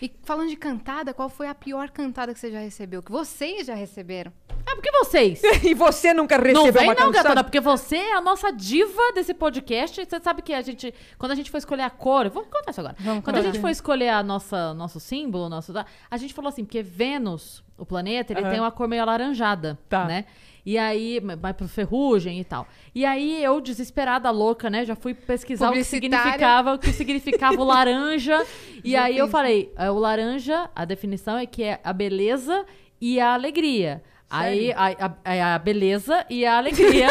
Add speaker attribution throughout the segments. Speaker 1: E falando de cantada, qual foi a pior cantada que você já recebeu? Que vocês já receberam?
Speaker 2: É porque vocês.
Speaker 3: E você nunca recebeu
Speaker 2: Não vem
Speaker 3: uma
Speaker 2: não,
Speaker 3: calçada?
Speaker 2: gatona, porque você é a nossa diva desse podcast. Você sabe que a gente, quando a gente foi escolher a cor, vou contar isso agora.
Speaker 1: Vamos
Speaker 2: quando a
Speaker 1: contar.
Speaker 2: gente foi escolher a nossa nosso símbolo, nosso a gente falou assim, porque Vênus, o planeta, ele
Speaker 3: Aham.
Speaker 2: tem uma cor meio alaranjada,
Speaker 3: Tá.
Speaker 2: né? E aí, vai pro ferrugem e tal. E aí, eu, desesperada, louca, né? Já fui pesquisar o que
Speaker 1: Publicitária.
Speaker 2: significava, o que significava o laranja. e
Speaker 1: Já
Speaker 2: aí, eu
Speaker 1: pensei.
Speaker 2: falei, é, o laranja, a definição é que é a beleza e a alegria. Aí, a, é a- a beleza e a alegria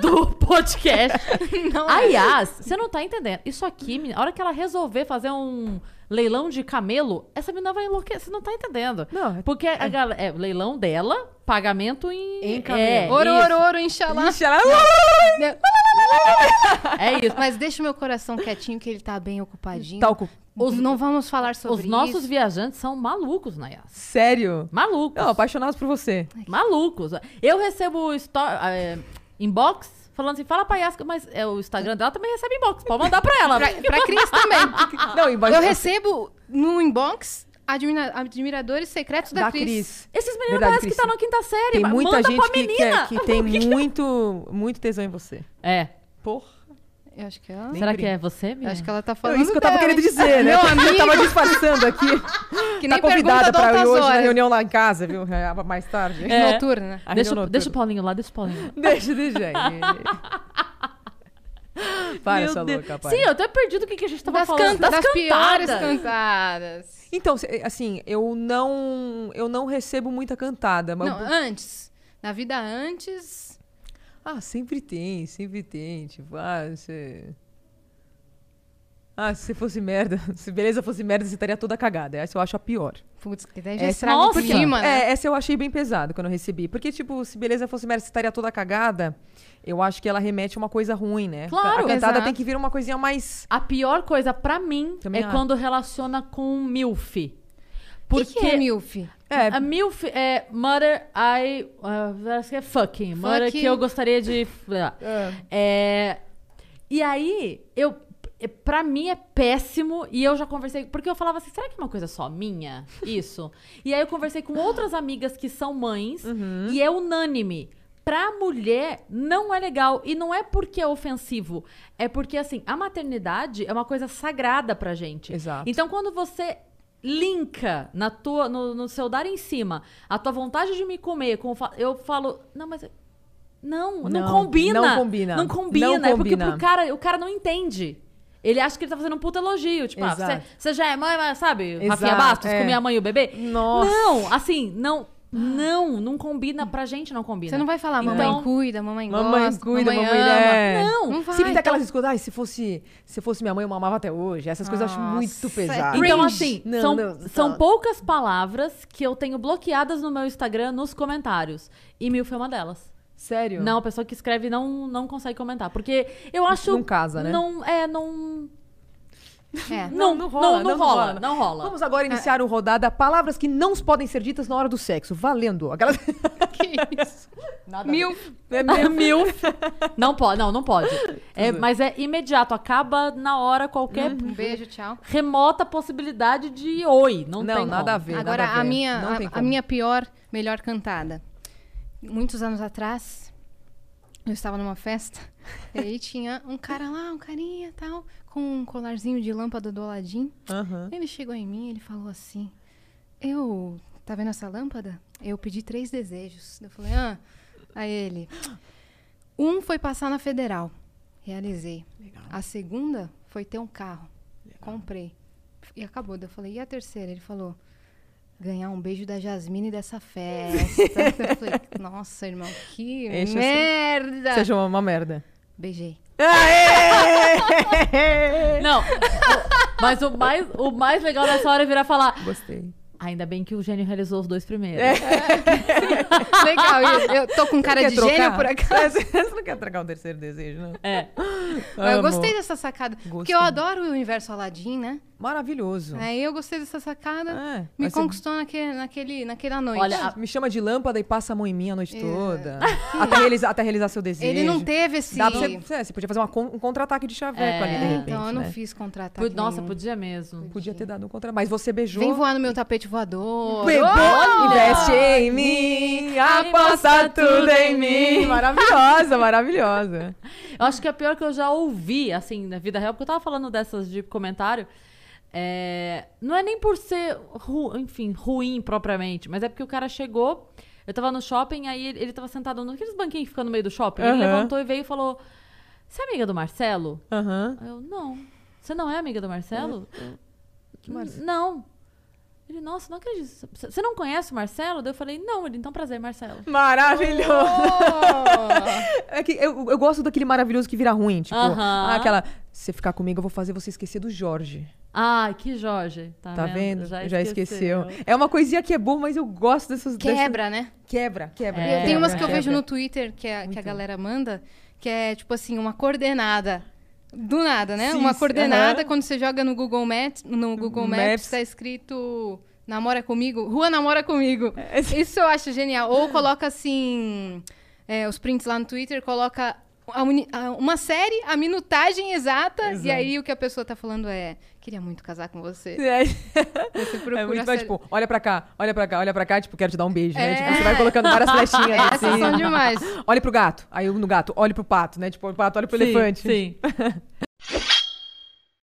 Speaker 2: do podcast.
Speaker 1: Não
Speaker 3: Ah,
Speaker 1: é.
Speaker 2: Aliás, você não tá entendendo. Isso aqui, menina, a hora que ela resolver fazer um leilão de camelo, essa menina vai enlouquecer. Você não tá entendendo.
Speaker 3: Não, é-
Speaker 2: Porque a galera, é, leilão dela, pagamento em...
Speaker 3: Em camelo.
Speaker 2: É,
Speaker 1: Oro,
Speaker 2: isso.
Speaker 1: oro, oro, inxalá.
Speaker 3: Ixi, ela-
Speaker 2: É isso.
Speaker 1: Mas deixa o meu coração quietinho, que ele tá bem ocupadinho.
Speaker 3: Talco.
Speaker 1: Os, não vamos falar sobre
Speaker 2: Os nossos
Speaker 1: isso.
Speaker 2: viajantes são malucos, Nayas.
Speaker 3: Sério?
Speaker 2: Malucos.
Speaker 3: Não, apaixonados por você.
Speaker 2: Malucos. Eu recebo esto- é, inbox falando assim, fala pra Yasca, mas é, o Instagram dela também recebe inbox. Pode mandar pra ela.
Speaker 1: Pra, É, pra Cris também.
Speaker 3: Não, e
Speaker 1: Ah, Eu recebo no inbox admira- admiradores secretos da,
Speaker 3: da
Speaker 1: Cris.
Speaker 3: Cris.
Speaker 2: Esses meninos
Speaker 3: Verdade,
Speaker 2: parecem que
Speaker 3: Cris.
Speaker 2: tá na quinta série.
Speaker 3: Tem
Speaker 2: mas
Speaker 3: muita
Speaker 2: Manda
Speaker 3: gente
Speaker 2: pra
Speaker 3: que,
Speaker 2: menina.
Speaker 3: quer- que tem muito, muito tesão em você.
Speaker 2: É.
Speaker 3: Porra.
Speaker 1: Eu acho que ela...
Speaker 3: Nem
Speaker 2: Será que
Speaker 3: brinca.
Speaker 2: é você,
Speaker 1: eu
Speaker 2: menina?
Speaker 1: acho que ela tá
Speaker 3: É
Speaker 1: falando
Speaker 3: isso que eu tava
Speaker 1: dela,
Speaker 3: querendo
Speaker 1: hein?
Speaker 3: dizer, né?
Speaker 1: Meu
Speaker 3: Eu
Speaker 1: amigo,
Speaker 3: tava disfarçando aqui.
Speaker 1: que
Speaker 3: tá
Speaker 1: nem
Speaker 3: convidada
Speaker 1: pergunta
Speaker 3: pra
Speaker 1: pra
Speaker 3: ir hoje
Speaker 1: horas.
Speaker 3: na reunião lá em casa, viu? É, Mais tarde.
Speaker 2: É.
Speaker 1: Noturna, né?
Speaker 3: A
Speaker 2: Deixa,
Speaker 3: reunião
Speaker 2: deixa o
Speaker 3: noturna.
Speaker 2: Paulinho lá, deixa o Paulinho lá.
Speaker 3: Deixa, deixa aí. Para,
Speaker 2: Meu
Speaker 3: sua
Speaker 2: Deus.
Speaker 3: louca, para.
Speaker 2: Sim, eu até perdi do que, que a gente tava
Speaker 1: Das,
Speaker 2: falando.
Speaker 1: can- das, piores
Speaker 2: cantadas.
Speaker 1: cantadas.
Speaker 3: Então, se- assim, eu não, eu não recebo muita cantada, mas
Speaker 1: Não, antes. Na vida antes...
Speaker 3: ah, sempre tem, sempre tem, tipo, ah, você Ah, se você fosse merda, se beleza fosse merda, você estaria toda cagada. Essa eu acho a pior.
Speaker 1: Putz, que daí já
Speaker 3: Essa-
Speaker 1: estraga
Speaker 2: Nossa!
Speaker 1: por cima, né?
Speaker 3: É, essa eu achei bem pesado quando eu recebi, porque tipo, se beleza fosse merda, você estaria toda cagada. Eu acho que ela remete a uma coisa ruim, né?
Speaker 2: Claro,
Speaker 3: a cantada
Speaker 1: exato.
Speaker 3: tem que vir uma coisinha mais
Speaker 2: A pior coisa pra mim
Speaker 3: Também
Speaker 2: é
Speaker 3: acho.
Speaker 2: quando relaciona com MILF.
Speaker 1: Por
Speaker 2: Porque
Speaker 1: que, é milf?
Speaker 3: É,
Speaker 2: A MILF é Mother I. ah, acho que é fucking. Mother que eu gostaria de. ah, É. E aí, eu. é, Pra mim é péssimo e eu já conversei. Porque eu falava assim, será que é uma coisa só minha? Isso. e aí eu conversei com outras amigas que são mães e é unânime. Pra mulher não é legal. E não é porque é ofensivo. É porque, assim, a maternidade é uma coisa sagrada pra gente.
Speaker 3: Exato.
Speaker 2: Então, quando você linka na tua, no, no seu dar em cima a tua vontade de me comer, com o fa- eu falo, não, mas. Não, não,
Speaker 3: Não,
Speaker 2: combina.
Speaker 3: não combina.
Speaker 2: Não combina.
Speaker 3: Não
Speaker 2: é porque
Speaker 3: combina.
Speaker 2: pro cara, o cara não entende. Ele acha que ele tá fazendo um puta elogio. Tipo, ah, você,
Speaker 3: Exato.
Speaker 2: você já é mãe, mas sabe? Rafinha
Speaker 3: Exato,
Speaker 2: Bastos,
Speaker 3: é.
Speaker 2: com minha mãe e o bebê.
Speaker 3: Nossa.
Speaker 2: Não, assim, não. Não, não combina. Pra gente não combina.
Speaker 1: Você não vai falar, mamãe
Speaker 2: Então-
Speaker 1: cuida, mamãe gosta,
Speaker 3: Mamãe cuida,
Speaker 1: mamãe,
Speaker 3: mamãe,
Speaker 1: ama. É.
Speaker 2: Não,
Speaker 3: né?
Speaker 1: Não vai. então.
Speaker 3: Sempre tem aquelas escutas, ai, se fosse, se fosse minha mãe, eu mamava até hoje. Essas coisas eu acho
Speaker 1: Nossa,
Speaker 3: muito
Speaker 1: é
Speaker 3: pesadas.
Speaker 1: cringe.
Speaker 2: Então, assim,
Speaker 3: Não,
Speaker 2: são,
Speaker 3: não,
Speaker 2: são
Speaker 3: fala.
Speaker 2: poucas palavras que eu tenho bloqueadas no meu Instagram nos comentários. E mil foi uma delas.
Speaker 3: Sério?
Speaker 2: Não, a pessoa que escreve não, não consegue comentar. Porque eu acho.
Speaker 3: Não casa, né?
Speaker 2: Não, é, não.
Speaker 1: É.
Speaker 2: Não, não rola. Não, rola, não rola.
Speaker 3: Vamos agora iniciar o rodada Palavras que não podem ser ditas na hora do sexo. Valendo. Aquelas...
Speaker 1: Que isso?
Speaker 3: Nada
Speaker 1: Mil.
Speaker 3: É mesmo.
Speaker 2: Mil. Não pode, não, não pode. É, mas é imediato, acaba na hora qualquer
Speaker 3: Uhum.
Speaker 1: Um beijo, tchau.
Speaker 2: remota possibilidade de oi. Não,
Speaker 3: Não,
Speaker 2: tem
Speaker 3: nada
Speaker 2: como.
Speaker 3: a ver.
Speaker 1: Agora,
Speaker 3: nada
Speaker 1: a,
Speaker 3: ver.
Speaker 1: minha,
Speaker 3: Não tem
Speaker 1: a, a
Speaker 3: como.
Speaker 1: minha pior, melhor cantada. Muitos anos atrás, eu estava numa festa e aí tinha um cara lá, um carinha tal, com um colarzinho de lâmpada do Aladim.
Speaker 3: Aham.
Speaker 1: Ele chegou em mim e ele falou assim: Eu. Tá vendo essa lâmpada? Eu pedi três desejos. Eu falei: Ah. Aí ele. Um foi passar na federal. Realizei.
Speaker 3: Legal.
Speaker 1: A segunda foi ter um carro. Comprei. E acabou. Daí Eu falei: E a terceira? Ele falou: Ganhar um beijo da Jasmine dessa festa. Eu falei: Nossa, irmão, que
Speaker 3: Deixa eu ser-
Speaker 1: merda.
Speaker 3: Seja uma, uma merda.
Speaker 1: Beijei.
Speaker 2: Não. o- Mas o mais, o mais legal dessa hora é virar e falar.
Speaker 3: Gostei.
Speaker 2: Ainda bem que o gênio realizou os dois primeiros.
Speaker 3: É.
Speaker 1: Legal. Eu, eu tô com cara
Speaker 3: Quer
Speaker 1: de
Speaker 3: trocar? É,
Speaker 1: gênio por acaso.
Speaker 3: Você não quer trocar um terceiro desejo, não?
Speaker 2: É.
Speaker 1: Mas eu
Speaker 3: Amo.
Speaker 1: gostei dessa sacada. Porque
Speaker 3: Gostei.
Speaker 1: eu adoro o universo Aladdin, né?
Speaker 3: Maravilhoso.
Speaker 1: Aí eu gostei dessa sacada.
Speaker 3: É,
Speaker 1: Me
Speaker 3: mas você-
Speaker 1: conquistou naquele, naquele, naquela noite.
Speaker 2: Olha, a-
Speaker 3: Me chama de lâmpada e passa a mão em mim a noite
Speaker 1: É.
Speaker 3: toda. Até realizar, até realizar seu desejo.
Speaker 1: ele não teve esse.
Speaker 3: Dá pra você, é, você podia fazer uma con- um contra-ataque de chaveco
Speaker 2: É.
Speaker 3: ali, de
Speaker 1: É,
Speaker 3: repente.
Speaker 1: então eu não
Speaker 3: né?
Speaker 1: fiz contratar.
Speaker 2: Pu- Nossa, podia mesmo.
Speaker 3: Podia ter dado um contra Mas você beijou.
Speaker 1: Vem voar no meu tapete voador.
Speaker 3: Pegou, investe em mim, aposta tudo em mim. Maravilhosa, maravilhosa.
Speaker 2: Eu acho que é a pior que eu já ouvi, assim, na vida real, porque eu tava falando dessas de comentário. É, Não é nem por ser, ru- enfim, ruim propriamente, mas é porque o cara chegou, eu tava no shopping, aí ele, ele tava sentado naqueles banquinhos que ficam no meio do shopping. Ele
Speaker 3: Aham.
Speaker 2: levantou e veio e falou: Você é amiga do Marcelo?
Speaker 3: Aham.
Speaker 2: Aí Eu, não. Você não é amiga do Marcelo?
Speaker 3: É,
Speaker 2: "Hum,
Speaker 3: Que Marcelo?
Speaker 2: Não. Ele, nossa, não acredito. Você você não conhece o Marcelo? Daí eu falei, não. Ele, então prazer, Marcelo.
Speaker 3: Tá Maravilhoso.
Speaker 1: Oh!
Speaker 3: É que eu, eu gosto daquele maravilhoso que vira ruim. Tipo,
Speaker 2: Aham.
Speaker 3: ah, aquela. Se ficar comigo, eu vou fazer você esquecer do Jorge.
Speaker 2: Ai, que Jorge. Tá,
Speaker 3: Tá vendo? Já,
Speaker 2: esqueceu.
Speaker 3: esqueceu. É uma coisinha que é boa, mas eu gosto dessas. dessas-
Speaker 1: Quebra, né?
Speaker 3: Quebra, quebra.
Speaker 2: É,
Speaker 1: Tem umas
Speaker 2: é,
Speaker 1: que eu
Speaker 3: quebra.
Speaker 1: vejo no Twitter que a, que a galera manda, que é tipo assim, uma coordenada. Do nada, né?
Speaker 3: Sim,
Speaker 1: uma
Speaker 3: sim,
Speaker 1: coordenada,
Speaker 3: aham.
Speaker 1: quando você joga no Google Maps, no Google Maps,
Speaker 3: Maps.
Speaker 1: está escrito Namora comigo, Rua Namora comigo.
Speaker 3: É.
Speaker 1: Isso eu acho genial. Ou coloca assim, é, os prints lá no Twitter, coloca a uni- a- uma série, a minutagem exata, e
Speaker 3: Exato.
Speaker 1: aí o que a pessoa tá falando é: queria muito casar com você.
Speaker 3: É.
Speaker 1: Você procura
Speaker 3: É muito
Speaker 1: a
Speaker 3: mais,
Speaker 1: série.
Speaker 3: tipo, olha pra cá, olha pra cá, olha pra cá, tipo, quero te dar um beijo, né?
Speaker 1: É.
Speaker 3: Tipo, você vai colocando várias flechinhas
Speaker 1: Essas
Speaker 3: assim.
Speaker 1: É, são demais.
Speaker 3: Olhe pro gato. Aí no gato, olhe pro pato, né? Tipo, o pato, olha pro
Speaker 2: Sim,
Speaker 3: elefante.
Speaker 2: Sim.